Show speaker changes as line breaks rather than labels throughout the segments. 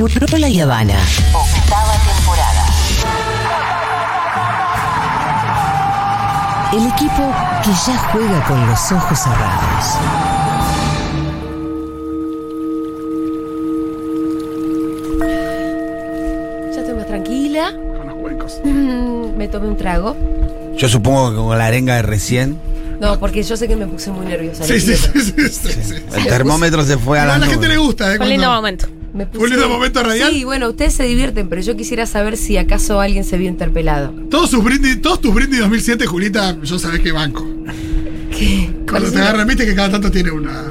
Lola y Habana.
Octava temporada.
El equipo que ya juega con los ojos cerrados.
Ya estoy más tranquila.
Con los huecos.
Mm, Me tomé un trago.
Yo supongo que con la arenga de recién,
No, porque yo sé que me puse muy nerviosa.
Ah. Sí,
lo
sí,
siento.
sí, sí, sí, sí.
el termómetro se fue a
Pero
la
a la gente le
nube.
gusta, ¿eh?
Un lindo
cuando-
momento.
Me
¿Un lindo momento radial?
Sí, bueno, ustedes se divierten, pero yo quisiera saber si acaso alguien se vio interpelado.
Todos sus brindis, todos tus brindis 2007, Julita, yo sabés que banco.
¿Qué?
Cuando te agarran, viste que cada tanto tiene una.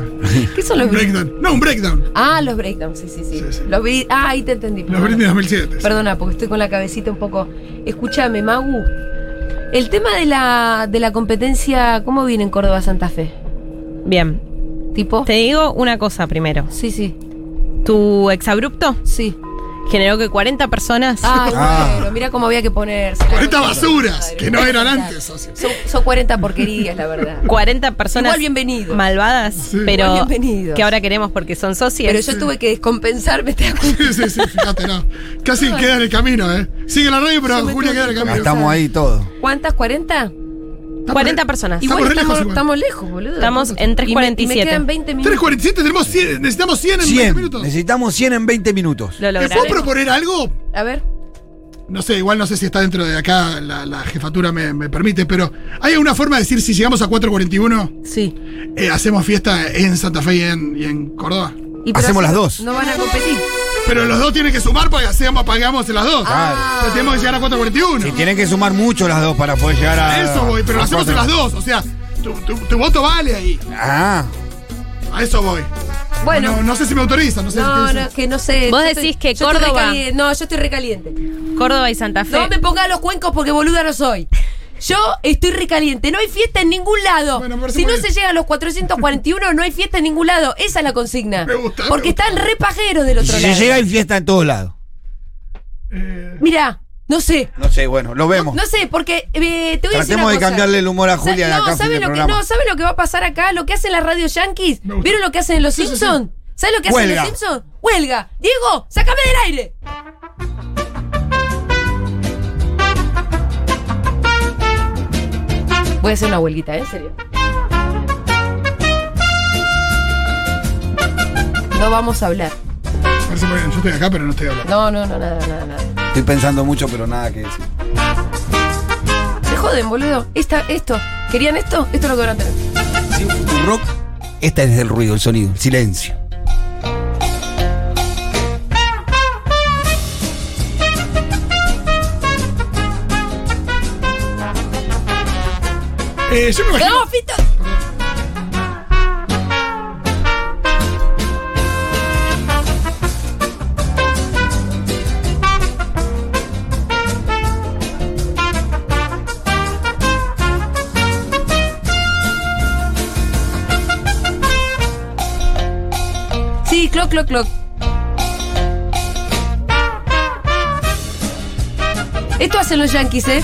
¿Qué son
Un
los breakdowns?
breakdown. No, un breakdown.
Ah, los breakdowns, sí, sí, sí.
Sí, sí.
Los bri- ah, ahí te entendí.
Los
perdona.
brindis 2007.
Perdona, porque estoy con la cabecita un poco. Escúchame, Magu. El tema de la, de la competencia, ¿cómo viene en Córdoba Santa Fe?
Bien.
¿Tipo?
Te digo una cosa primero.
Sí, sí,
Tu exabrupto
sí.
generó que 40 personas.
Ay,
Ah.
bueno, mira cómo había que ponerse.
40 basuras, que no eran antes, socio.
Son, son 40 porquerías, la verdad.
40 personas
Igual bienvenidos.
malvadas,
Sí.
pero
Igual bienvenidos.
que ahora queremos porque son socios.
Pero yo tuve que descompensarme, ¿te das cuenta?
Sí, sí, sí, fíjate, no. Casi queda en el camino, ¿eh? Sigue la radio, pero
Yo me
Julia
tengo
queda en el
que
camino.
Estamos ahí todo.
¿Cuántas? ¿40?
Estamos
40
re-
personas.
Estamos
Igual
re
estamos,
lejos igual.
estamos lejos, boludo.
Estamos
Y
en
me- Y me,
3.47.
quedan 20 minutos.
3.47, tenemos 100, necesitamos 100 en 20
100.
minutos.
Necesitamos 100 en 20 minutos.
Lo
¿Te puedo
lograremos.
proponer algo?
A ver.
No sé, igual no sé si está dentro de acá, la, la jefatura me, me permite, pero ¿hay alguna forma de decir si llegamos a 4.41,
Sí.
eh, hacemos fiesta en Santa Fe y en, y en Córdoba?
Y pero
Hacemos
así
las dos.
No van a competir.
Pero los dos tienen que sumar porque hacemos, pagamos en las dos.
Ah.
O sea, tenemos que llegar a 4.41.
Se tienen que sumar mucho las dos para poder llegar
A
a.
eso voy, pero lo
a
hacemos en
cuatro.
las dos, o sea, tu, tu- tu voto vale ahí.
Ah,
A eso voy.
Bueno.
No, no sé si me autorizan, no sé
No,
si
no, que no sé.
Vos
Yo
decís
estoy-
que
yo estoy
Córdoba-
recaliente. No, yo estoy recaliente.
Córdoba y Santa Fe.
No me pongas los cuencos porque boluda no soy. Yo estoy recaliente. No hay fiesta en ningún lado.
Bueno, me parece
si
muy
no
bien.
se llega a los 441, no hay fiesta en ningún lado. Esa es la consigna.
Me gusta, me
porque
gusta.
están repajeros del
y
otro
si
lado.
llega hay fiesta en todos lados.
Mirá, no sé.
No sé, bueno, lo vemos.
No sé, porque eh, te voy a decir
Tratemos
una
de
cosa.
cambiarle el humor a
Sa-
Julia de
no,
acá a fin
¿saben
del
lo que,
programa.
no, ¿saben lo que va a pasar acá? Lo que hacen las radios yankees.
Me gusta.
¿Vieron lo que hacen en Los
Sí, sí, sí.
Simpsons? ¿Saben lo que hacen en Los
Huelga.
Simpsons? ¡Huelga! ¡Diego, sácame del aire! Voy a hacer una huelguita, ¿eh? en serio. No vamos a hablar.
Parece muy bien, yo estoy acá, pero no estoy hablando.
No, no, no, nada, nada, nada.
Estoy pensando mucho, pero nada que decir.
Se joden, boludo. Esta, esto. ¿Querían esto? Esto es lo que van a tener.
Sin un rock, esta es el ruido, el sonido, el silencio.
Eh, yo me imagino.
¡Vamos, Fito! Sí, cloc, cloc, cloc. Esto hacen los yankees, ¿eh?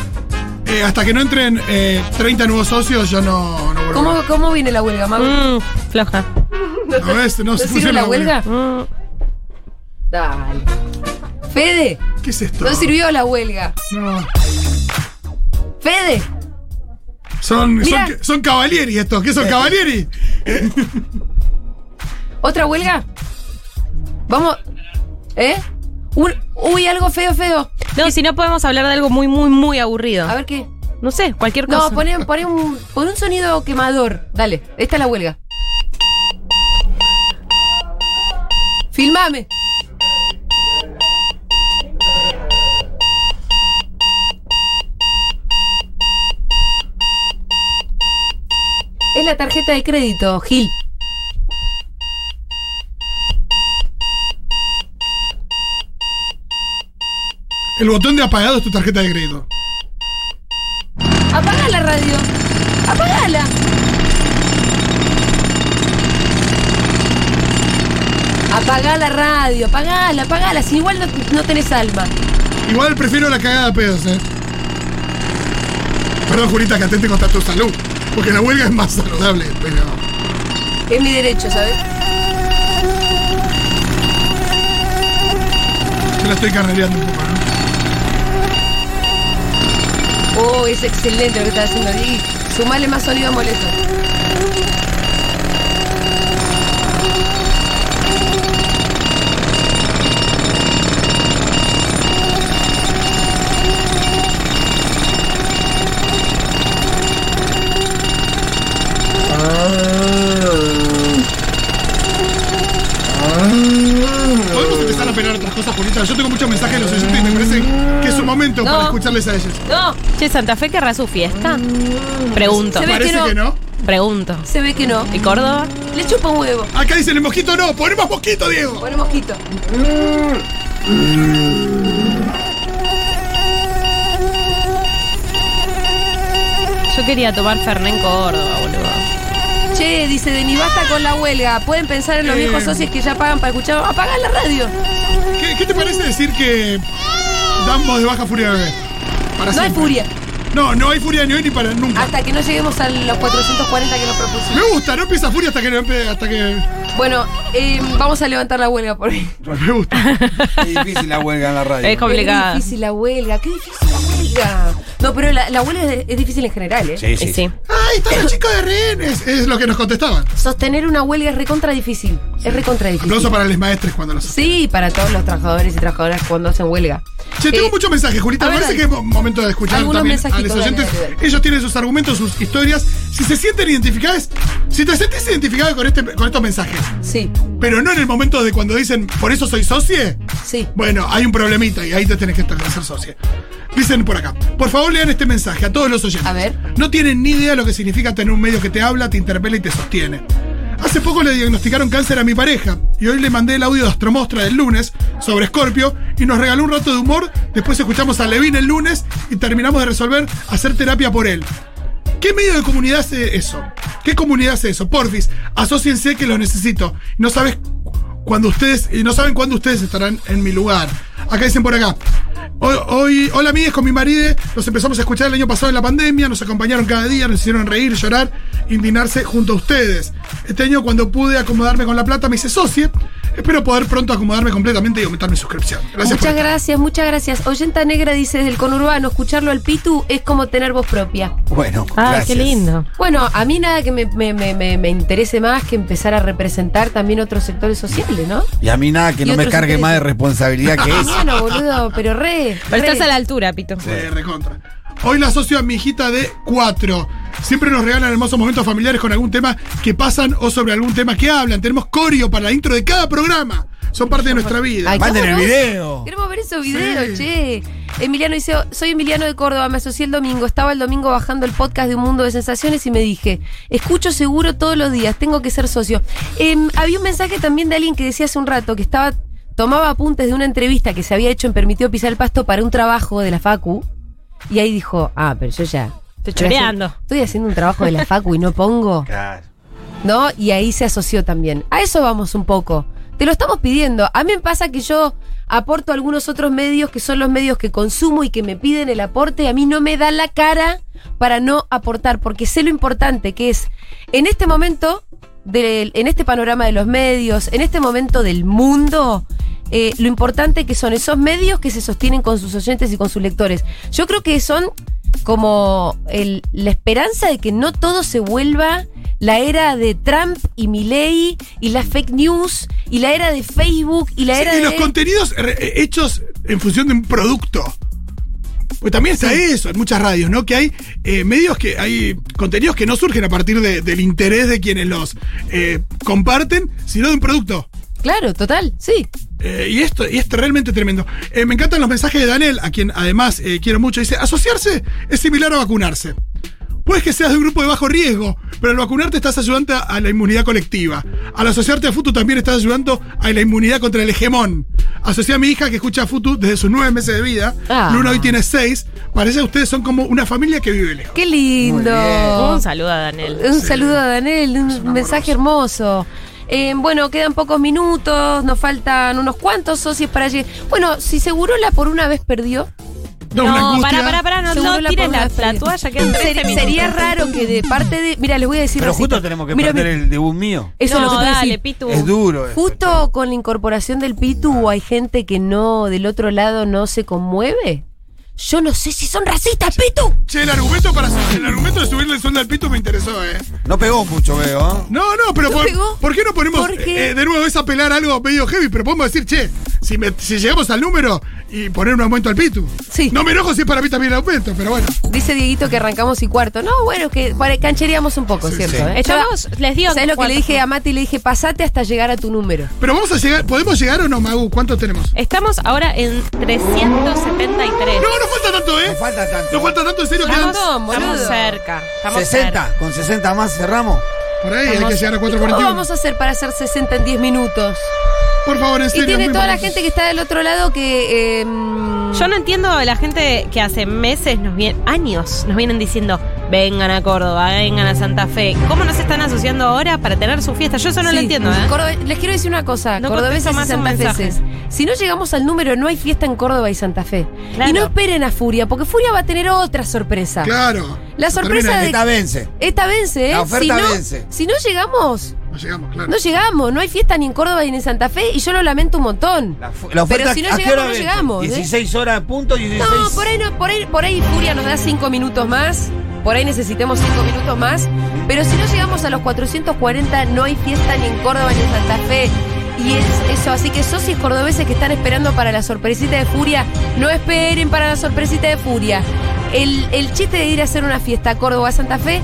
eh, hasta que no entren eh, 30 nuevos socios, yo no, no vuelvo.
¿Cómo, cómo viene la huelga, Mago?
Mm, floja.
No, ves, no,
¿No
se
sirve
funciona
la huelga?
Mm.
Dale. Fede,
¿Qué es esto?
no sirvió la huelga.
No.
Fede,
Son,
Mirá. Eh.
son, son Cavalieri estos. ¿Qué son Cavalieri?
¿otra huelga? Vamos. ¿Eh? Un- uy, algo feo, feo.
No, si no podemos hablar de algo muy, muy, muy aburrido.
A ver qué.
No sé, cualquier cosa.
No, poné, poné un, pon un sonido quemador. Dale, esta es la huelga. Filmame. Es la tarjeta de crédito, Gil.
El botón de apagado es tu tarjeta de crédito.
Apagá la radio. Apagala. Apagá la radio, apagala, apagala, si igual no, no tenés alma.
Igual prefiero la cagada a pedos, ¿eh? Perdón, Julita, que atente contra tu salud. Porque la huelga es más saludable, pero.
Es mi derecho, ¿sabes?
la estoy carnereando un poco, ¿no?
Oh, es excelente lo que estás haciendo. Y sumale más sonido molesto.
Podemos empezar a pegar otras cosas bonitas. Yo tengo muchos mensajes de los oyentes y me parece que es un momento
No.
para escucharles a ellos.
No. Che, Santa Fe querrá su fiesta. Pregunto.
Mm, Se ve
Parece
que no.
que no.
Pregunto.
Se ve que no.
¿Y Córdoba?
Le chupa un huevo.
Acá dicen el mosquito no, ponemos mosquito, Diego.
Bueno, mosquito.
Yo quería tomar Fernet en Córdoba, boludo.
Che, dice Denis, basta con la huelga. Pueden pensar en los
Eh.
viejos socios que ya pagan para escuchar. Apaga la radio.
¿Qué, qué te parece decir que damos de baja furia bebé? Para
No hay
siempre.
furia.
No, no hay furia ni hoy ni para nunca.
Hasta que no lleguemos a los 440 que nos
Me
propusimos.
gusta, no empieza furia hasta que no empe- hasta que.
Bueno, eh, vamos a levantar la huelga por hoy.
Me gusta.
Es difícil la huelga en la
Es
radio.
Qué
complicada.
difícil la huelga, qué difícil la huelga. No, pero la, la huelga es, es difícil en general, ¿eh?
Sí,
Y
sí.
sí.
¡Ay, están los chicos de rehenes! Es lo que nos contestaban.
Sostener una huelga es recontra difícil. Es recontra difícil.
Aplauso para los maestres cuando los hacen.
Sí, para todos los trabajadores y trabajadoras cuando hacen huelga.
Che, tengo
Eh,
muchos mensajes, Julita.
a
Me
ver,
parece
dale.
que es mo- momento de escuchar
Algunos
también a
mensajitos,
los
dale,
oyentes.
dale, dale.
Ellos tienen sus argumentos, sus historias. Si se sienten identificadas, si te sientes identificado con, este, con estos mensajes,
Sí,
pero no en el momento de cuando dicen, por eso soy socie,
sí.
bueno, hay un problemita y ahí te tenés que estar- hacer socie. Dicen por acá, por favor lean este mensaje a todos los oyentes.
A ver.
No tienen ni idea lo que significa tener un medio que te habla, te interpela y te sostiene. Hace poco le diagnosticaron cáncer a mi pareja y hoy le mandé el audio de Astromostra del lunes sobre Scorpio y nos regaló un rato de humor. Después escuchamos a Levine el lunes y terminamos de resolver hacer terapia por él. ¿Qué medio de comunidad hace eso? ¿Qué comunidad hace eso? Porfis, asóciense que los necesito. No sabes cuando ustedes, y no saben cuándo ustedes estarán en mi lugar. Acá dicen por acá. Hoy, hoy- hola amigues, con mi marido los empezamos a escuchar el año pasado en la pandemia, nos acompañaron cada día, nos hicieron reír, llorar, indignarse junto a ustedes. Este año cuando pude acomodarme con la plata me hice socio. Espero poder pronto acomodarme completamente y aumentar mi suscripción. Gracias por
muchas
estar.
gracias, muchas gracias. Oyenta Negra dice desde el conurbano, escucharlo al Pitu es como tener voz propia.
Bueno,
Ah,
gracias.
qué lindo.
Bueno, a mí nada que me, me- me- me- me interese más que empezar a representar también otros sectores sociales, ¿no?
Y a mí nada, que
Y
no me
otros
cargue
intereses.
más de responsabilidad que eso.
Bueno, boludo, pero re.
Pero
re.
estás a la altura, Pito.
Sí, Eh, recontra. Hoy la asocio a mi hijita de 4. Siempre nos regalan hermosos momentos familiares con algún tema que pasan o sobre algún tema que hablan. Tenemos coreo para la intro de cada programa. Son parte de nuestra vida.
Ay, qué
Manden el
amoroso.
video.
Queremos ver esos videos,
Sí.
che. Emiliano dice, soy Emiliano de Córdoba, me asocié el domingo, estaba el domingo bajando el podcast de Un Mundo de Sensaciones y me dije, escucho seguro todos los días, tengo que ser socio. Em, había un mensaje también de alguien que decía hace un rato que estaba, tomaba apuntes de una entrevista que se había hecho en Permitido Pisar el Pasto para un trabajo de la Facu y ahí dijo, ah, pero yo ya...
Estoy choreando.
haciendo- Estoy haciendo un trabajo de la Facu y no pongo...
Claro.
¿no? Y ahí se asoció también. A eso vamos un poco. Te lo estamos pidiendo. A mí me pasa que yo aporto algunos otros medios que son los medios que consumo y que me piden el aporte. A mí no me da la cara para no aportar, porque sé lo importante que es en este momento, del- en este panorama de los medios, en este momento del mundo. eh, lo importante que son esos medios que se sostienen con sus oyentes y con sus lectores. Yo creo que son como el- la esperanza de que no todo se vuelva la era de Trump y Milley y las fake news y la era de Facebook y la
Sí,
era
y
de...
los contenidos re- hechos en función de un producto. Pues también está eso en muchas radios, ¿no? Que hay eh, medios que hay contenidos que no surgen a partir de- del interés de quienes los eh, comparten, sino de un producto.
Claro, total, sí.
Eh, y esto y es realmente tremendo. Eh, me encantan los mensajes de Daniel, a quien además eh, quiero mucho. Dice, asociarse es similar a vacunarse. Puedes que seas de un grupo de bajo riesgo, pero al vacunarte estás ayudando a la inmunidad colectiva. Al asociarte a Futu también estás ayudando a la inmunidad contra el hegemón. Asocié a mi hija que escucha a Futu desde sus nueve meses de vida.
Ah.
Luna hoy tiene seis. Parece que ustedes son como una familia que vive lejos.
Qué lindo.
Oh, Un saludo a Daniel.
Un saludo a Daniel, un mensaje hermoso. Eh, bueno, quedan pocos minutos, nos faltan unos cuantos socios para llegar. Bueno, si Segurola por una vez perdió,
Da una
No,
angustia.
pará, pará, pará, no,
Seguro
no
la
tires
Paula
la,
está
la
bien.
toalla, quedan 13
Sería,
minutos.
sería raro que de parte de. Mira, les voy a decir.
Pero
Rosita.
justo tenemos que
Mira,
perder
mira,
el de un mío.
Eso es
no,
lo que te iba a
dale,
decir.
Pitu.
Es duro. esto,
Justo con la incorporación del Pitu hay gente que no, del otro lado, no se conmueve. Yo no sé si son racistas, Pitu.
Che, el argumento, para, el argumento de subirle el sueldo al pito me interesó, ¿eh?
chavo. No pegó mucho, veo. ¿eh?
No, no, pero
¿No
por,
pegó?
¿por qué no ponemos
¿Por qué?
eh, de nuevo es apelar a algo medio heavy? Pero podemos decir, che, si, me- si llegamos al número y poner un aumento al pitu.
Sí.
No me enojo si es para mí también el aumento, pero bueno.
Dice Dieguito que arrancamos y cuarto. No, bueno, que para- cancheríamos un poco, ¿cierto?
sí.
eh?
Estamos- les digo
¿Sabes lo que
cuánto
le dije
fue?
a Mati? Le dije, pasate hasta llegar a tu número.
Pero vamos a llegar, ¿podemos llegar o no, Magu? ¿Cuántos tenemos?
Estamos ahora en 373.
No, no falta tanto, ¿eh?
No falta tanto.
No falta tanto, en serio, quedan
Estamos,
montón, boludo.
estamos cerca. Estamos
60,
cerca.
con 60 más cerramos.
por ahí, hay que
Estamos-
llegar a
¿Y ¿Cómo
4.41.
vamos a hacer para hacer 60 en 10 minutos?
Por favor, en serio.
Y tiene
muy
toda la
pocos.
gente que está del otro lado que... eh, mm,
Yo no entiendo a la gente que hace meses, nos vienen, años, nos vienen diciendo, vengan a Córdoba, vengan a Santa Fe. ¿Cómo nos están asociando ahora para tener su fiesta? Yo eso no
Sí.
lo entiendo, ¿eh?
Cordobe- les quiero decir una cosa,
No
cordobeses
contesto
y
más un
santafeses. Si no llegamos al número, no hay fiesta en Córdoba y Santa Fe.
Claro.
Y no esperen a Furia, porque Furia va a tener otra sorpresa.
Claro.
La sorpresa
Termina
de-
Esta vence.
Esta vence, ¿eh?
La oferta
si no,
vence.
Si no llegamos,
No llegamos, claro.
no llegamos. No hay fiesta ni en Córdoba ni en Santa Fe y yo lo lamento un montón.
La, fu- la oferta,
Pero si no
¿a qué
llegamos,
hora
no
vence?
llegamos, ¿eh?
16 horas de punto y 16.
No, por ahí, no, por, ahí, por ahí Furia nos da cinco minutos más. Por ahí necesitamos cinco minutos más. Pero si no llegamos a los 440, no hay fiesta ni en Córdoba ni en Santa Fe. Y es eso. Así que socios cordobeses que están esperando para la sorpresita de Furia, no esperen para la sorpresita de Furia. El, el chiste de ir a hacer una fiesta a Córdoba, Santa Fe,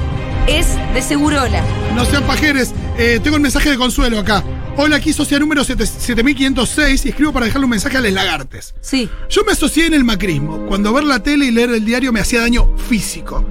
es de segurola.
No sean pajeres. Eh, tengo un mensaje de consuelo acá. Hola, aquí socia número 7- 7506 y escribo para dejarle un mensaje a Les Lagartes.
Sí.
Yo me asocié en el macrismo, cuando ver la tele y leer el diario me hacía daño físico.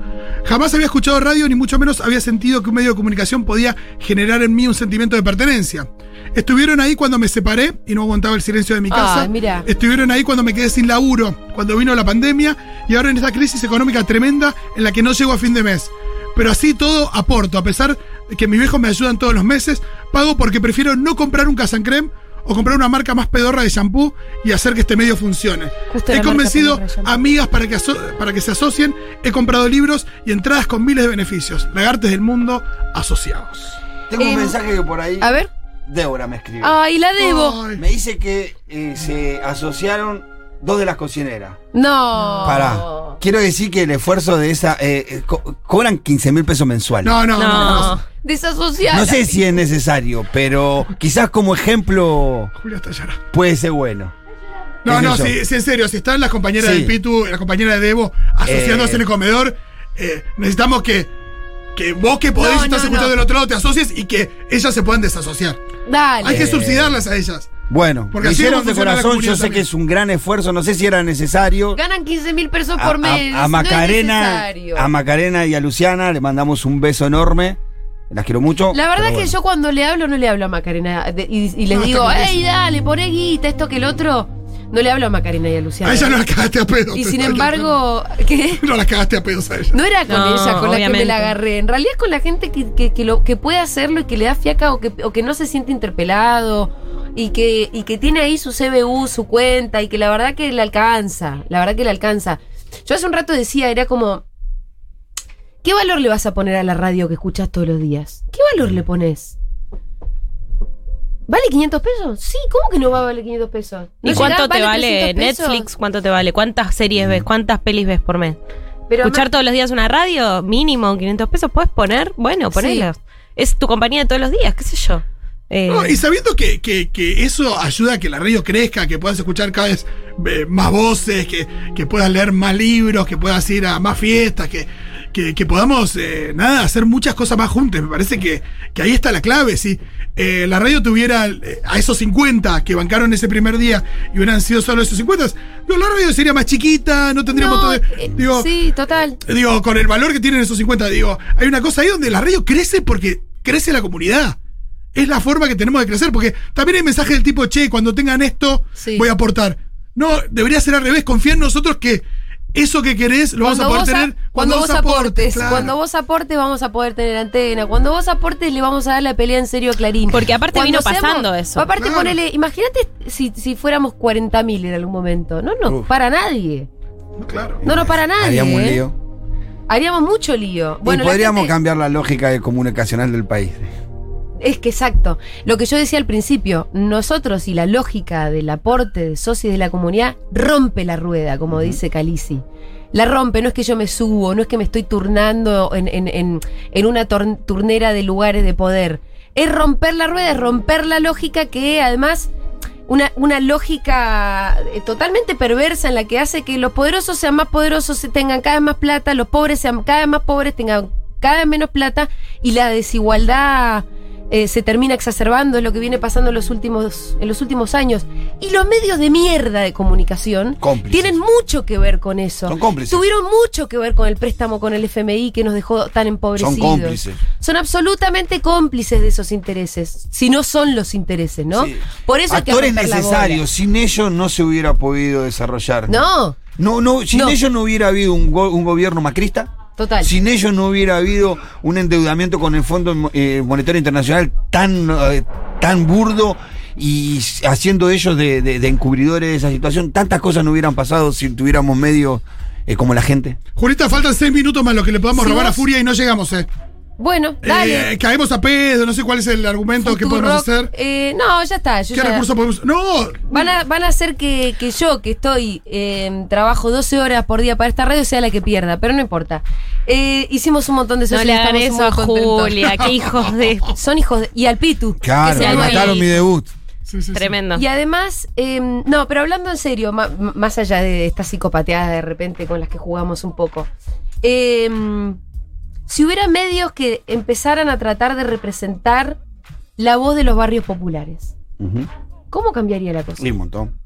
Jamás había escuchado radio ni mucho menos había sentido que un medio de comunicación podía generar en mí un sentimiento de pertenencia. Estuvieron ahí cuando me separé y no aguantaba el silencio de mi casa.
Ay, mirá.
Estuvieron ahí cuando me quedé sin laburo, cuando vino la pandemia y ahora en esta crisis económica tremenda en la que no llego a fin de mes. Pero así todo aporto, a pesar de que mis viejos me ayudan todos los meses, pago porque prefiero no comprar un casancrem o comprar una marca más pedorra de shampoo y hacer que este medio funcione.
Justo la
He
marca
convencido
pedorra de shampoo.
amigas para que, aso- para que se asocien, he comprado libros y entradas con miles de beneficios. Lagartes del mundo asociados.
Tengo un
Em,
mensaje que por ahí.
A ver.
Débora me escribe.
Ay, la debo.
Ay,
Me dice que eh, se asociaron dos de las cocineras.
No.
Pará. Quiero decir que el esfuerzo de esa. eh, eh, co- cobran 15 mil pesos mensuales.
No, no, no. no,
No.
no.
Desasociada.
No sé si es necesario, pero quizás como ejemplo
Julia está llorando.
puede ser bueno.
No,
Es
no,
eso.
sí, sí, en serio, si están las compañeras
Sí.
del Pitu, la compañera de Debo, asociándose
Eh.
en el comedor, eh, necesitamos que, que vos que podés
No,
estás
no,
escuchando
no.
del otro lado te asocies y que ellas se puedan desasociar.
Dale.
Eh.
Hay que subsidiarlas a ellas.
Bueno,
Porque
lo
así
hicieron
como
de
funciona la
corazón, yo
comunidad
sé que
también.
es un gran esfuerzo, no sé si era necesario.
Ganan 15 mil pesos
A-
por
a-
mes.
A,
no es
Macarena,
necesario.
a Macarena y a Luciana le mandamos un beso enorme. Las quiero mucho.
La verdad
pero
que
bueno.
yo cuando le hablo no le hablo a Macarena de- y, y les
No, está
digo,
clarísimo.
hey, dale, poné guita, esto que el otro. No le hablo a Macarena y a Luciana.
A ellas Ah, no las cagaste a pedos.
y
te
sin
estoy
embargo, ¿qué?
contando. No las cagaste a pedos a ellas.
No era con
No,
ella con la que me
obviamente.
la agarré. En realidad es con la gente que, que- que lo, que puede hacerlo y que le da fiaca o que, o que no se siente interpelado y que, y que tiene ahí su CBU, su cuenta y que la verdad que le alcanza. La verdad que le alcanza. Yo hace un rato decía, era como. ¿Qué valor le vas a poner a la radio que escuchas todos los días? ¿Qué valor le pones? ¿Vale 500 pesos? Sí, ¿cómo que no va a valer 500 pesos?
¿Y
¿No
cuánto
llegás?
te vale
300 pesos?
Netflix? ¿Cuánto te vale? ¿Cuántas series ves? ¿Cuántas pelis ves por mes?
Pero
Escuchar todos los días una radio, mínimo 500 pesos, puedes poner, bueno, ponelos. Es tu compañía de todos los días, qué sé yo. Eh,
No, y sabiendo que, que- que eso ayuda a que la radio crezca, que puedas escuchar cada vez eh, más voces, que, que puedas leer más libros, que puedas ir a más fiestas, que, que- que podamos, eh, nada, hacer muchas cosas más juntos. Me parece que, que ahí está la clave. Si eh, la radio tuviera eh, a esos 50 que bancaron ese primer día y hubieran sido solo esos 50, no, la radio sería más chiquita, no
no,
tendríamos todo... de-
eh,
digo,
sí, total.
Digo, con el valor que tienen esos 50, digo, hay una cosa ahí donde la radio crece porque crece la comunidad. Es la forma que tenemos de crecer, porque también hay mensajes del tipo, che, cuando tengan esto,
Sí.
voy a aportar. No, debería ser al revés, confía en nosotros que eso que querés lo vamos a poder
vos a-
tener
cuando vos aportes,
claro.
cuando vos aportes vamos a poder tener antena, cuando vos aportes le vamos a dar la pelea en serio a Clarín.
Porque aparte vino pasando eso.
Aparte
Claro.
ponele, imagínate si, si fuéramos 40.000 en algún momento. No, no,
Uf.
para nadie.
Claro.
No, no, para nadie.
Haríamos un
¿eh?
lío.
Haríamos mucho lío. Bueno,
y
la
podríamos
gente-
cambiar la lógica de comunicacional del país.
Es que exacto. Lo que yo decía al principio, nosotros y la lógica del aporte de socios y de la comunidad rompe la rueda, como dice Calisi. La rompe, no es que yo me subo, no es que me estoy turnando en, en- en- en una tor- turnera de lugares de poder. Es romper la rueda, es romper la lógica que además una, una lógica eh, totalmente perversa en la que hace que los poderosos sean más poderosos, se tengan cada vez más plata, los pobres sean cada vez más pobres, tengan cada vez menos plata y la desigualdad eh, se termina exacerbando, es lo que viene pasando en los últimos, en los últimos años. Y los medios de mierda de comunicación
Cómplices.
tienen mucho que ver con eso.
Son cómplices.
Tuvieron mucho que ver con el préstamo con el FMI que nos dejó tan empobrecidos.
Son cómplices.
Son absolutamente cómplices de esos intereses, si no son los intereses, ¿no?
Sí.
Por eso hay que
Actores
romper la bola.
necesarios, sin ellos no se hubiera podido desarrollar.
No,
No, no, sin
No.
ellos no hubiera habido un, go- un gobierno macrista.
total.
Sin ellos no hubiera habido un endeudamiento con el Fondo Mo- eh, Monetario Internacional tan, eh, tan burdo y s- haciendo ellos de, de- de encubridores de esa situación. Tantas cosas no hubieran pasado si tuviéramos medios eh, como la gente.
Jurita, faltan seis minutos más lo que le podamos
Si
robar a
vos-
Furia y no llegamos, ¿eh?
Bueno,
Eh,
dale.
caemos a pedo, no sé cuál es el argumento que podemos
Futurock,
hacer.
eh, no, ya está. yo
¿Qué
ya-
recurso podemos.? ¡No!
Van a, van a hacer que, que yo, que estoy, eh, trabajo 12 horas por día para esta radio, sea la que pierda, pero no importa. Eh, hicimos un montón de
No
socios
le
y
hagan
estamos
eso
muy
a
contentos.
Julia, qué hijos de.
Son hijos de- Y al Pitu.
Claro,
que se
me
algo
llama-
mataron
ahí.
mi debut.
Sí, sí, sí.
Tremendo.
Y además, eh, no, pero hablando en serio, ma- m- más allá de estas psicopateadas de repente con las que jugamos un poco, eh, si hubiera medios que empezaran a tratar de representar la voz de los barrios populares,
Ujú.
¿cómo cambiaría la cosa?
Sí, un montón.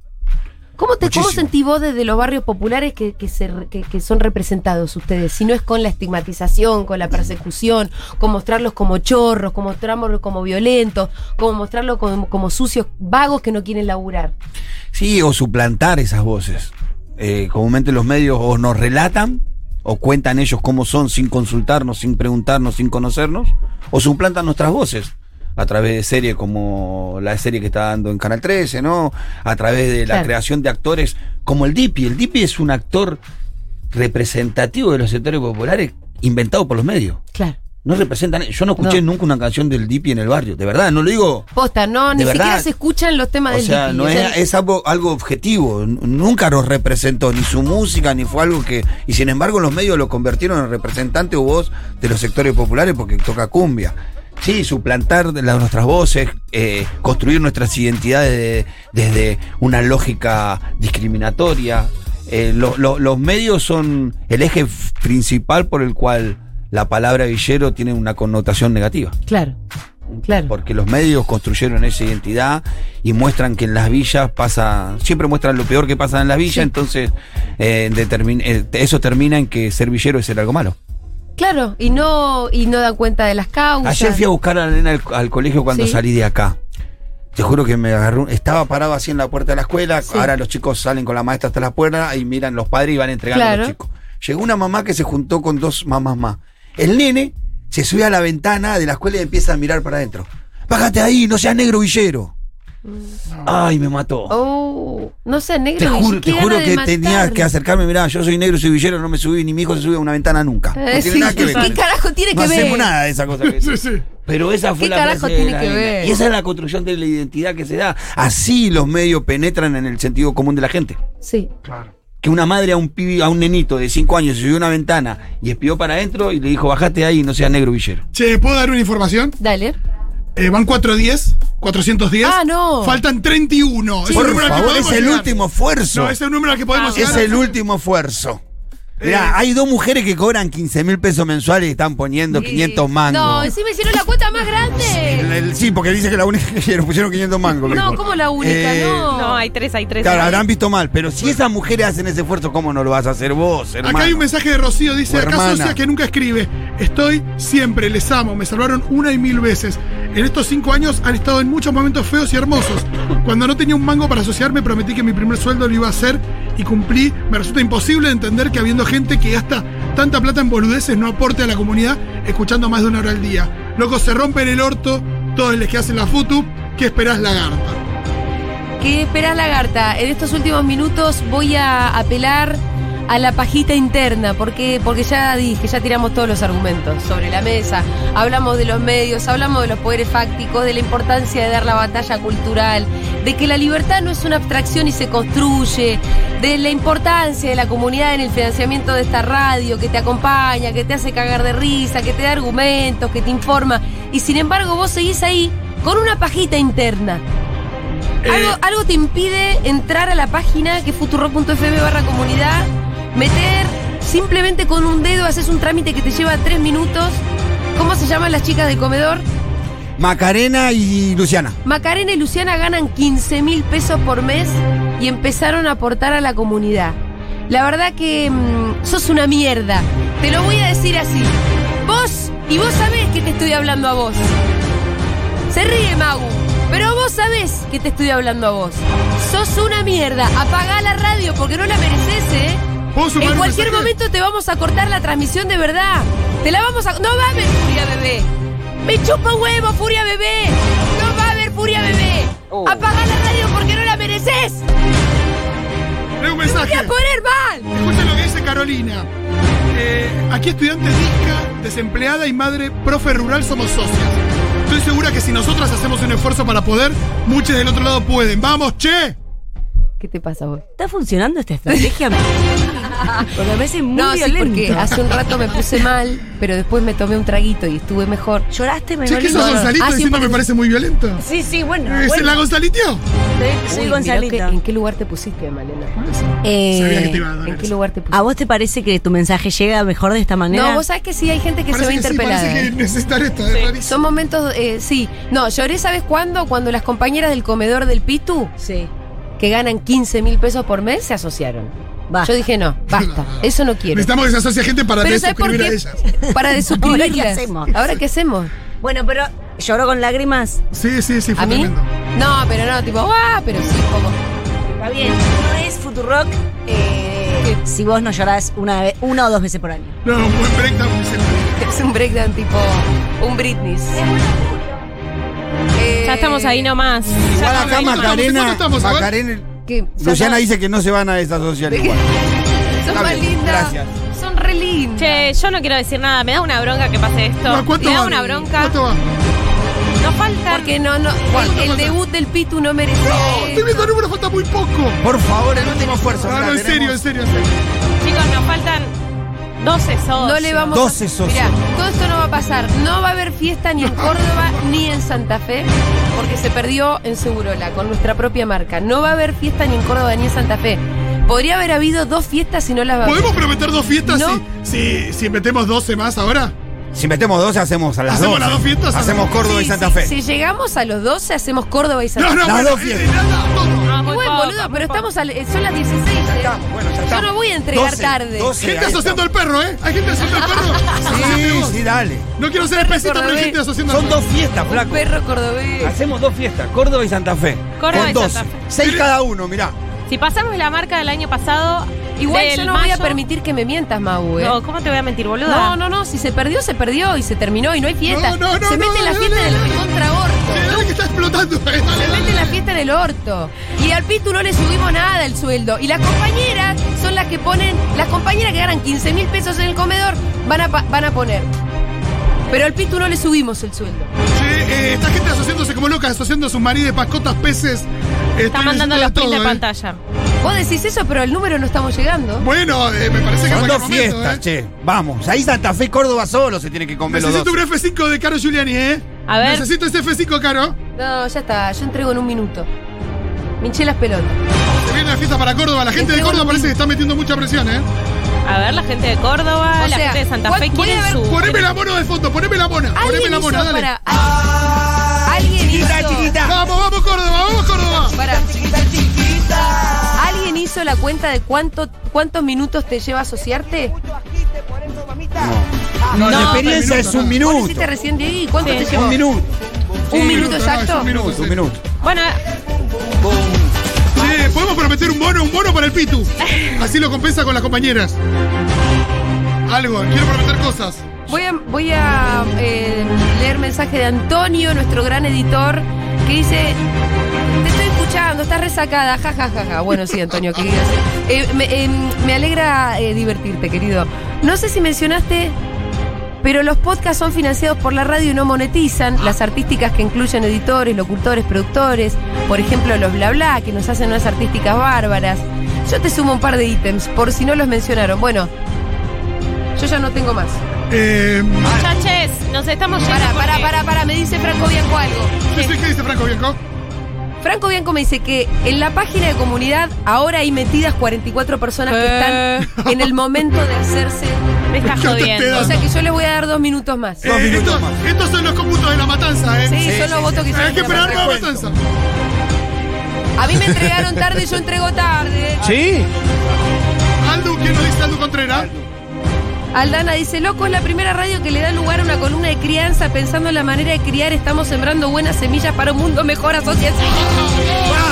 ¿Cómo te cómo
muchísimo.
sentís vos desde los barrios populares que, que se re- que- que son representados ustedes? Si no es con la estigmatización, con la persecución, con mostrarlos como chorros, con mostrarlos como violentos, como mostrarlos como, como sucios, vagos que no quieren laburar.
Sí, o suplantar esas voces. Eh, comúnmente los medios o nos relatan o cuentan ellos cómo son sin consultarnos, sin preguntarnos, sin conocernos, o suplantan nuestras voces a través de series como la serie que está dando en Canal 13, ¿no? A través de la
Claro.
creación de actores como el Dipi. El Dipi es un actor representativo de los sectores populares inventado por los medios.
Claro.
No representan, yo no escuché
No.
nunca una canción del Dipi en el barrio, de verdad, no lo digo
Posta, no,
De
ni siquiera
verdad.
se escuchan los temas
o
del
sea,
DP,
no
o sea,
es, es algo, algo objetivo. N- Nunca nos representó ni su música, ni fue algo que. Y sin embargo, los medios lo convirtieron en representante o voz de los sectores populares porque toca cumbia. Sí, suplantar de las- nuestras voces, eh, construir nuestras identidades de- desde una lógica discriminatoria. Eh, lo- lo- los medios son el eje f- principal por el cual la palabra villero tiene una connotación negativa.
Claro, claro.
Porque los medios construyeron esa identidad y muestran que en las villas pasa, siempre muestran lo peor que pasa en las villas, entonces eh, determin- eh, eso termina en que ser villero es ser algo malo.
Claro, y no, y no dan cuenta de las causas.
Ayer fui a buscar a la nena al, al colegio cuando
Sí.
salí de acá. Te juro que me agarró, estaba parado así en la puerta de la escuela, ahora los chicos salen con la maestra hasta la puerta y miran los padres y van entregando a los
Claro.
chicos. Llegó una mamá que se juntó con dos mamás más. El nene se sube a la ventana de la escuela y empieza a mirar para adentro. Bájate ahí, no seas negro villero. Ay, me mató.
Mm. Oh, no sé, negro.
Te juro,
qué
te juro
gana
que
de
tenía
matarlo.
que acercarme, mirá, yo soy negro, soy villero, no me subí, ni mi hijo se sube a una ventana nunca. No
Eh,
tiene
sí,
nada que ver.
¿Qué carajo tiene
No
que ver?
hacemos nada de esa cosa que
Sí,
decís.
sí.
Pero esa fue
¿Qué
la
carajo
frase de
tiene
la
que
nena.
ver?
Y esa es la construcción de la identidad que se da. Así los medios penetran en el sentido común de la gente.
Sí.
Que una madre a un pibi, a un nenito de 5 años se subió a una ventana y espió para adentro y le dijo, bajate de ahí, no seas negro villero.
Che, ¿puedo dar una información?
Dale.
Eh, van 410, 410.
Ah, no.
Faltan 31. Es un
Por
número al que
favor, es
podemos
el
llegar.
último esfuerzo.
No, es el número al que podemos
Es
llegar.
el último esfuerzo.
Eh.
Mirá, hay dos mujeres que cobran 15 mil pesos mensuales y están poniendo 500 mangos.
No, encima hicieron la cuota más
El-
grande.
el- sí, porque dice que la única que hicieron, pusieron 500 mangos.
No,
dijo.
como la única,
Eh,
no.
No, hay tres, hay tres.
Claro, habrán visto mal, pero si esas mujeres hacen ese esfuerzo, ¿cómo no lo vas a hacer vos, hermano?
Acá hay un mensaje de Rocío, dice,
O
acá
hermana.
socia que nunca escribe. Estoy siempre, les amo, me salvaron una y mil veces. En estos cinco años han estado en muchos momentos feos y hermosos. Cuando no tenía un mango para asociarme, prometí que mi primer sueldo lo iba a hacer y cumplí. Me resulta imposible entender que habiendo gente que gasta tanta plata en boludeces no aporte a la comunidad escuchando más de una hora al día. Locos se rompen el orto, todos les que hacen la futu, ¿qué esperás lagarta?
¿Qué esperas, Lagarta? En estos últimos minutos voy a apelar a la pajita interna, porque, porque ya dije, ya tiramos todos los argumentos sobre la mesa, hablamos de los medios, hablamos de los poderes fácticos, de la importancia de dar la batalla cultural, de que la libertad no es una abstracción y se construye, de la importancia de la comunidad en el financiamiento de esta radio, que te acompaña, que te hace cagar de risa, que te da argumentos, que te informa, y sin embargo vos seguís ahí con una pajita interna. Algo, algo te impide entrar a la página que es futuro.fm barra comunidad, meter simplemente con un dedo, haces un trámite que te lleva tres minutos. ¿Cómo se llaman las chicas del comedor?
Macarena y Luciana.
Macarena y Luciana ganan 15 mil pesos por mes y empezaron a aportar a la comunidad. La verdad que mm, sos una mierda. Te lo voy a decir así. Vos, y vos sabés que te estoy hablando a vos. Se ríe Magu, pero vos sabés que te estoy hablando a vos. Sos una mierda. Apagá la radio porque no la mereces, ¿eh?
¿Puedo sumar
En
un
cualquier
mensaje?
momento te vamos a cortar la transmisión de verdad. Te la vamos a... No va a haber furia bebé. Me chupa un huevo, furia bebé. No va a haber furia bebé. Apagá la radio porque no la mereces.
Leo un
Te voy
mensaje.
a poner mal.
Escucha lo que dice Carolina. Eh, aquí estudiante disca, desempleada y madre profe rural somos socias. Estoy segura que si nosotras hacemos un esfuerzo para poder, muchos del otro lado pueden. ¡Vamos, che!
¿Qué te pasa vos?
¿Está funcionando esta estrategia? Porque me parece muy
no, sí,
violento.
porque hace un rato me puse mal, pero después me tomé un traguito y estuve mejor.
Lloraste, me
Che, que
dolió.
sos Gonzalito
Ah, sí,
diciendo
un
me
poquito.
parece muy violento.
Sí, sí, bueno.
¿Es
bueno.
la Gonzalitio?
Soy
Uy, mirá
Gonzalito.
que- ¿En qué lugar te pusiste, Malena?
Eh,
Sabía que te iba a doler.
¿En qué lugar te pusiste?
¿A vos te parece que tu mensaje llega mejor de esta manera?
Ah, No, vos sabés que sí, hay gente que
Parece
se ve
que sí,
interpelada. ¿eh?
parece que necesitan esto. ¿eh? es rarísimo.
Son momentos, eh, sí. No, lloré, ¿sabes cuándo? Cuando las compañeras del comedor del Pitu,
Sí.
que ganan 15 mil pesos por mes, se asociaron.
Va.
Yo dije, no, basta, eso no quiero.
Necesitamos que se asocie gente para
Pero ¿sabes por
desuscribir a
qué?
ellas.
Para desuscribirlas.
Ahora, ¿qué hacemos?
Ahora, ¿qué hacemos?
Bueno, pero lloró con lágrimas.
Sí, sí, sí, fue
¿A mí?
tremendo.
No, pero no, tipo, ¡ah! Pero sí, como.
Está bien. No es Futurock eh, si vos no llorás una, vez, una o dos veces por año.
No, un buen breakdown. dice María.
Es un breakdown tipo. Un Britney. Eh,
Ya estamos ahí nomás.
Igual
Ya
acá
estamos ahí nomás.
Macarena.
estamos, a ver?
Macarena
que-
Luciana dice que no se van a desasociar igual.
Son
Está
más
bien,
lindas.
gracias.
Son re lindas.
Che, yo no quiero decir nada. Me da una bronca que pase esto.
Ma, ¿Cuánto
me da
va?
una bronca.
¿Cuánto va?
No falta.
Porque no, no.
¿Cuánto,
el- El,
cuánto?
debut del Pitu no merece.
No, Oh, estoy viendo números, falta muy poco.
Por favor, el último esfuerzo.
Ah, No,
mirá,
no, en serio, en
tenemos-
serio, en serio.
Chicos, nos faltan 12 sodos.
No le vamos
12
a...
socios.
Mirá, todo esto no va a pasar. No va a haber fiesta ni en Córdoba ni en Santa Fe, porque se perdió en Segurola, con nuestra propia marca. No va a haber fiesta ni en Córdoba ni en Santa Fe. Podría haber habido dos fiestas si no
Ah.
las va a haber.
¿Podemos prometer dos fiestas
No.
si, si, si metemos 12 más ahora?
Si metemos 12, hacemos a las 12.
¿Hacemos las dos fiestas?
Hacemos Córdoba
Sí,
y Santa
sí,
Fe.
Si llegamos a los 12, hacemos Córdoba y Santa Fe.
No, no,
Las
bueno,
dos
eh,
fiestas.
nada, todo.
No, muy
Muy bueno,
poco,
boludo,
muy
pero
poco.
estamos al- eh, son las 16.
Ya
eh.
está, bueno, ya está.
Yo no voy a entregar
12,
tarde.
12,
Gente
ahí
asociando al perro, ¿eh? Hay gente asociando al perro.
estamos. Sí, sí, dale.
No quiero ser espesita, pero hay gente asociando al
Son
perro.
dos fiestas, flaco.
Perro cordobés.
Hacemos dos fiestas, Córdoba y Santa Fe.
Córdoba
Con
y
12.
Santa Fe.
Seis cada uno, mirá.
Si pasamos la marca del año pasado,
Igual
del
yo no voy a
mayo-
permitir que me mientas, Mau, eh.
No, ¿cómo te voy a mentir, boludo?
No, no, no, si se perdió, se perdió y se terminó y no hay fiesta.
No, no, no,
se
no,
mete la
no,
fiesta
no,
en el
no.
contra
Sí,
orto.
dale que está explotando. eh, dale,
Se
dale.
mete la fiesta en el orto. Y al Pitu no le subimos nada el sueldo. Y las compañeras son las que ponen, las compañeras que ganan 15 mil pesos en el comedor van a, pa- van a poner. Pero al Pitu no le subimos el sueldo.
Che, eh, esta gente asociándose como loca, asociando a sus maridos, mascotas, peces. Eh,
Está
estoy leyendo
mandando los
de
prints de
todo, eh.
pantalla.
Vos decís eso, pero el número no estamos llegando.
Bueno, eh, me parece que
Son
en
dos
cualquier momento,
fiestas,
eh.
che. Vamos. Ahí Santa Fe y Córdoba solo se tiene que comer los
Necesito un
dos.
F5 de Caro Giuliani, ¿eh?
A ver.
Necesito ese F5, Caro.
No, ya está, yo entrego en un minuto. Minché las pelotas.
Se viene la fiesta para Córdoba. La
Este
gente de Córdoba parece que está metiendo mucha presión, ¿eh?
A ver, la gente de Córdoba,
O
la
sea,
gente de Santa
voy-
Fe
voy a
quieren
ver-
su.
Poneme la mono de fondo, poneme la mona. Poneme
Alguien
la
hizo
mona, dale.
para. Alguien hizo.
Vamos, vamos, Córdoba, vamos, Córdoba.
Pará. ¿Alguien hizo la cuenta de cuánto, cuántos minutos te lleva a asociarte?
No, la
No,
experiencia
pero
es un
¿Vos lo
minuto.
hiciste recién de ahí? ¿Cuánto te llevó?
Un minuto.
¿Un minuto
no, es
exacto?
Un minuto,
Un
sí.
minuto.
Bueno,
Sí, podemos prometer un bono, un bono para el Pitu. Así lo compensa con las compañeras. Algo, quiero prometer cosas.
Voy a, voy a eh, leer mensaje de Antonio, nuestro gran editor, que dice: Te estoy escuchando. escuchando, estás resacada, ja, ja, ja, ja. Bueno, sí, Antonio, querido. Eh, me, eh, me alegra eh, divertirte, querido. No sé si mencionaste, pero los podcasts son financiados por la radio y no monetizan. Las artísticas que incluyen editores, locutores, productores, por ejemplo, los bla bla, que nos hacen unas artísticas bárbaras. Yo te sumo un par de ítems, por si no los mencionaron. Bueno, yo ya no tengo más.
Eh,
Muchaches, nos estamos yendo.
Para, para,
porque-
para, para, me dice Franco Bianco algo.
¿qué sé qué dice Franco Bianco?
Franco Bianco me dice que en la página de comunidad ahora hay metidas 44 personas que
Eh.
están en el momento de hacerse.
Me estás
Yo te
jodiendo.
pedo.
O sea que yo les voy a dar dos minutos más. Sí,
Dos
Eh,
minutos
estos,
más.
estos son los cómputos de la matanza, ¿eh?
son los votos que
Hay que
hicieron para
esperar la
Franco.
matanza.
A mí me entregaron tarde, yo entrego tarde.
¿Sí?
Aldu, ¿quién nos dice Aldu Contreras?
Aldana dice, loco, es la primera radio que le da lugar a una columna de crianza. Pensando en la manera de criar, estamos sembrando buenas semillas para un mundo mejor asociación.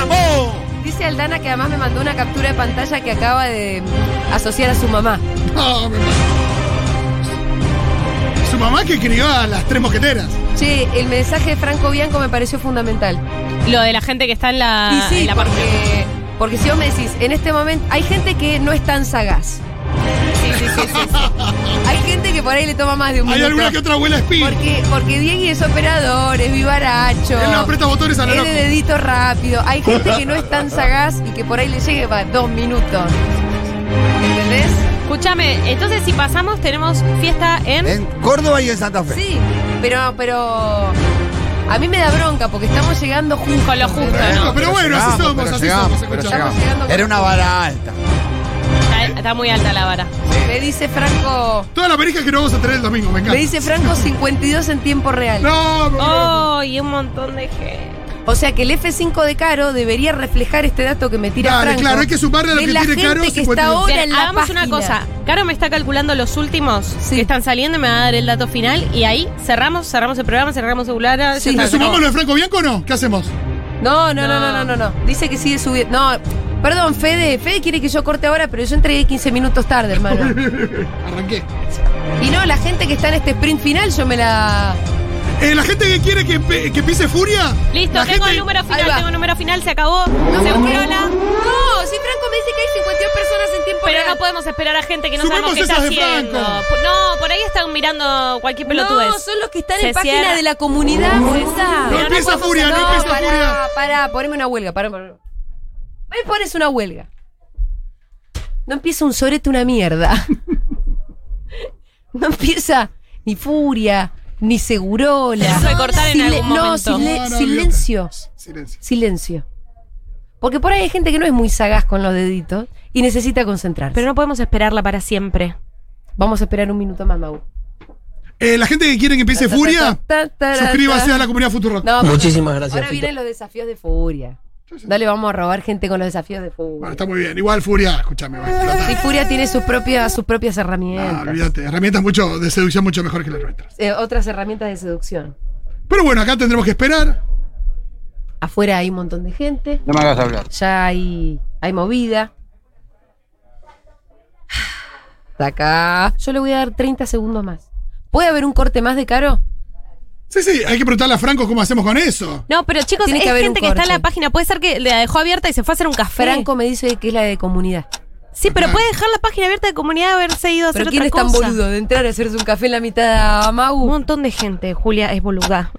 ¡Vamos!
Dice Aldana que además me mandó una captura de pantalla que acaba de mm, asociar a su mamá.
No, me mato. Su mamá que crió a las tres mosqueteras.
Che, el mensaje de Franco Bianco me pareció fundamental.
Lo de la gente que está en la,
Y sí,
Ah, en la parte.
porque, porque si vos me decís, en este momento hay gente que no es tan sagaz. Sí, sí, sí, sí, sí. Hay gente que por ahí le toma más de un
Hay
minuto.
alguna que otra abuela espín.
Porque, porque Diegui es operador, es vivaracho.
Él no aprieta botones a la
es
loco.
de dedito rápido. Hay gente que no es tan sagaz y que por ahí le llegue para dos minutos. ¿Entendés?
Escúchame, entonces si pasamos, tenemos fiesta en.
En Córdoba y en Santa Fe.
Sí, pero, pero a mí me da bronca porque estamos llegando juntos.
Con lo justo,
Bueno,
¿no?
pero bueno, así somos, así somos,
pero
escuchamos.
llegamos.
Llegando
Era
con-
una vara alta.
Está, está muy alta la vara.
Me dice Franco.
Toda la perija que no vamos a tener el domingo, me
Me
encanta.
dice Franco 52 en tiempo real.
No, me
¡Oh! Y un montón de gente.
O sea que el F5 de Caro debería reflejar este dato que me tira
Dale,
Franco.
claro, hay que sumarle a lo
de
que
la
tiene
gente
Caro,
que
52.
está ahora
Bien,
en la
hagamos una
página.
cosa. Caro me está calculando los últimos
Sí.
que están saliendo y me va a dar el dato final. Y ahí cerramos, cerramos el programa, cerramos el celular.
Sí.
ya
¿Le
está,
sumamos lo de Franco Bianco o no? ¿Qué hacemos?
No, no, no, no, no, no, no. Dice que sigue subiendo. No, perdón, Fede. Fede quiere que yo corte ahora, pero yo entregué 15 minutos tarde, hermano.
Arranqué.
Y no, la gente que está en este sprint final, yo me la.
Eh, la gente que quiere que, pe- que pise furia.
Listo,
la
tengo
gente-
el número
Ahí
final,
va.
tengo el número final, se acabó.
No
No
se
se
murió
la.
No, si Franco me dice que hay 52 personas en tiempo
Pero
real.
no podemos esperar a gente que no
Sumemos
sabemos qué está
esas de
haciendo.
Franco.
P- No, por ahí están mirando cualquier pelotudez.
No, son los que están
Se
en página
cierra.
de la comunidad. César.
No
no
empieza
podemos
furia, no,
hacer-
empieza
pará,
furia.
pará, poneme una huelga, pará, pará. Me pones una huelga. No empieza un sorete una mierda. No empieza ni furia, ni segurola.
Eso de cortar en algún
No,
momento.
sile-
No, no,
silencio.
Silencio.
Silencio. Porque por ahí hay gente que no es muy sagaz con los deditos y necesita concentrarse.
Pero no podemos esperarla para siempre.
Vamos a esperar un minuto más, Mau.
Eh, la gente que quiere que pise furia, suscríbase a la comunidad Futuro.
No, porque
Muchísimas gracias.
Ahora vienen los desafíos de furia. Dale, vamos a robar gente con los desafíos de furia.
Bueno, está muy bien. Igual furia, escúchame. va a explotar.
Y Furia tiene sus propias, sus propias
Ah,
herramientas.
olvídate. Herramientas mucho de seducción mucho mejor que las nuestras.
Eh, otras herramientas de seducción.
Pero bueno, acá tendremos que esperar.
Afuera hay un montón de gente.
No me hagas hablar.
Ya hay, hay movida. Está acá. Yo le voy a dar 30 segundos más. ¿Puede haber un corte más de caro?
Sí, sí, hay que preguntarle a Franco cómo hacemos con eso.
No, pero chicos,
Tiene
hay
que haber un
gente que está en
corte.
la página. Puede ser que la dejó abierta y se fue a hacer un café.
Franco me dice que es la de comunidad.
Sí, pero puede dejar la página abierta de comunidad y haberse ido a hacer
Pero ¿quién
otra
es tan
cosa.
boludo de entrar a hacerse un café en la mitad a
Un
Mau?
montón de gente, Julia, es boluda.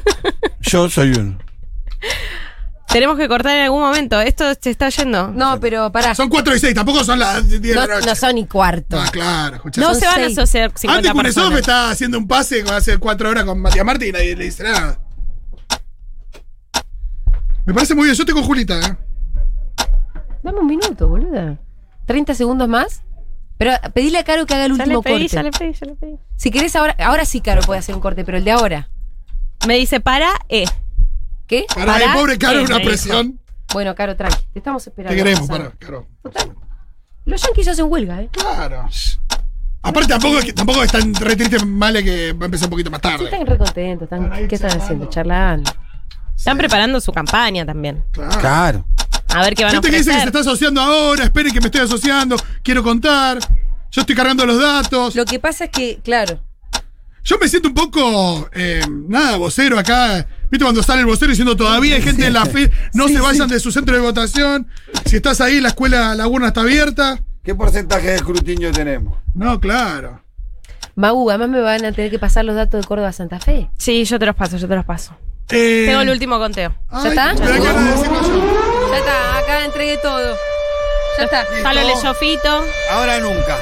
Yo soy uno.
Tenemos que cortar en algún momento. Esto se está yendo.
No, pero pará.
Son 4 y 6, tampoco son las 10 de
No,
la noche.
no son ni cuarto.
Ah, claro, escuchá.
No
son
se van
seis.
a asociar 50
Antes Kunesov
personas.
está haciendo un pase con- hace 4 horas con Matías Martín y nadie le dice nada. Me parece muy bien, yo estoy con Julita, ¿eh?
Dame un minuto, boluda. 30 segundos más. Pero ah, pedile a Caro que haga el
Ya le
último
pedí,
corte.
ya le pedí, ya le pedí.
Si querés ahora, ahora sí Caro puede hacer un corte, pero el de ahora.
Me dice para, eh.
¿Qué?
Para
Pará,
el pobre Caro,
eh,
una
me dijo.
presión.
Bueno, Caro, tranqui. Te estamos esperando.
Te queremos,
Pasa.
para, Caro.
Total. Los yanquis hacen huelga, ¿eh?
Claro. Aparte, tampoco es, que, tampoco es tan re triste, Male, que va a empezar un poquito más
Sí,
tarde.
están recontentos. Están,
Están ahí
¿Qué están
charlando.
haciendo? Charlando.
Están preparando su campaña también.
Claro.
Claro.
A ver qué van a
Gente que dice que se
ofrecer.
está asociando ahora, esperen que me estoy asociando, quiero contar, yo estoy cargando los datos.
Lo que pasa es que, claro,
Yo me siento un poco, eh, nada, vocero acá, ¿Viste cuando sale el vocero diciendo todavía hay gente en la fila? No se vayan de su centro de votación. Si estás ahí, la escuela, la urna está abierta.
¿Qué porcentaje de escrutinio tenemos?
No, claro.
Magu, además me van a tener que pasar los datos de Córdoba a Santa Fe.
Sí, yo te los paso, yo te los paso.
Eh,
Tengo el último conteo.
ay,
¿Ya está?
me da ganas de decirlo yo.
Ya está, acá entregué todo. Ya está.
Ya
Oh.
lo leyó Fito,
Ahora nunca.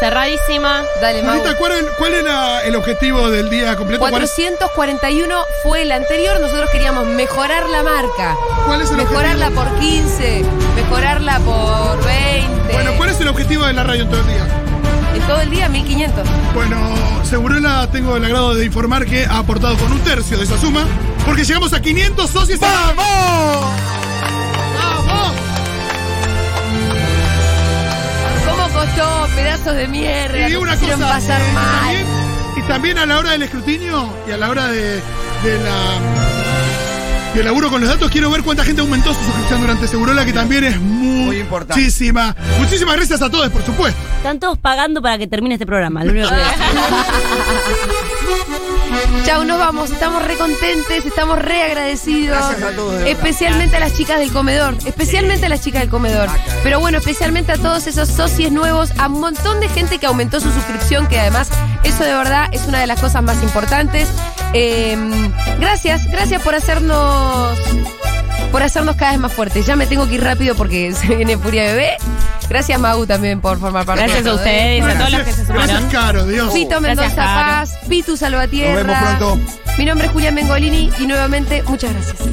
cerradísima.
Dale, Magu.
Marita, ¿cuál, era- cuál era el objetivo del día completo? ¿Cuál es,
441 fue el anterior, nosotros queríamos mejorar la marca.
cuál es el
Mejorarla por 15, mejorarla por 20.
objetivo? Bueno, ¿cuál es el objetivo de la radio en todo el día?
En todo el día 1500.
Bueno, Segurola tengo el agrado de informar que ha aportado con un tercio de esa suma, porque llegamos a 500 socios. ¡Vamos! ¡Vamos!
¿Cómo costó pedazos de mierda?
Y digo
nos
una
hicieron
cosa.
pasar
eh,
mal.
también- y también a la hora del escrutinio y a la hora de, de la. Del laburo con los datos, quiero ver cuánta gente aumentó su suscripción durante Segurola, que también es
Muy importante.
muchísima. Muchísimas gracias a todos, por supuesto.
Están todos pagando para que termine este programa. Lo único que voy a decir.
Chau, nos vamos. Estamos recontentes, estamos re agradecidos.
Gracias a todos, de verdad.
Especialmente a las chicas del comedor. Especialmente a las chicas del comedor.
eh.
Pero bueno, especialmente a todos esos socios nuevos, a un montón de gente que aumentó su suscripción, que además eso de verdad es una de las cosas más importantes. Eh, gracias, gracias por hacernos. Por hacernos cada vez más fuertes. Ya me tengo que ir rápido porque se viene Furia Bebé. Gracias, Mau, también por formar parte
Gracias
de
a
todo esto.
ustedes, a todos los que se
Gracias,
sumaron.
Caro, Dios.
Fito Mendoza
Gracias, Caro.
Paz, Pitu Salvatierra.
Nos vemos pronto.
Mi nombre es Julián Bengolini y nuevamente muchas gracias.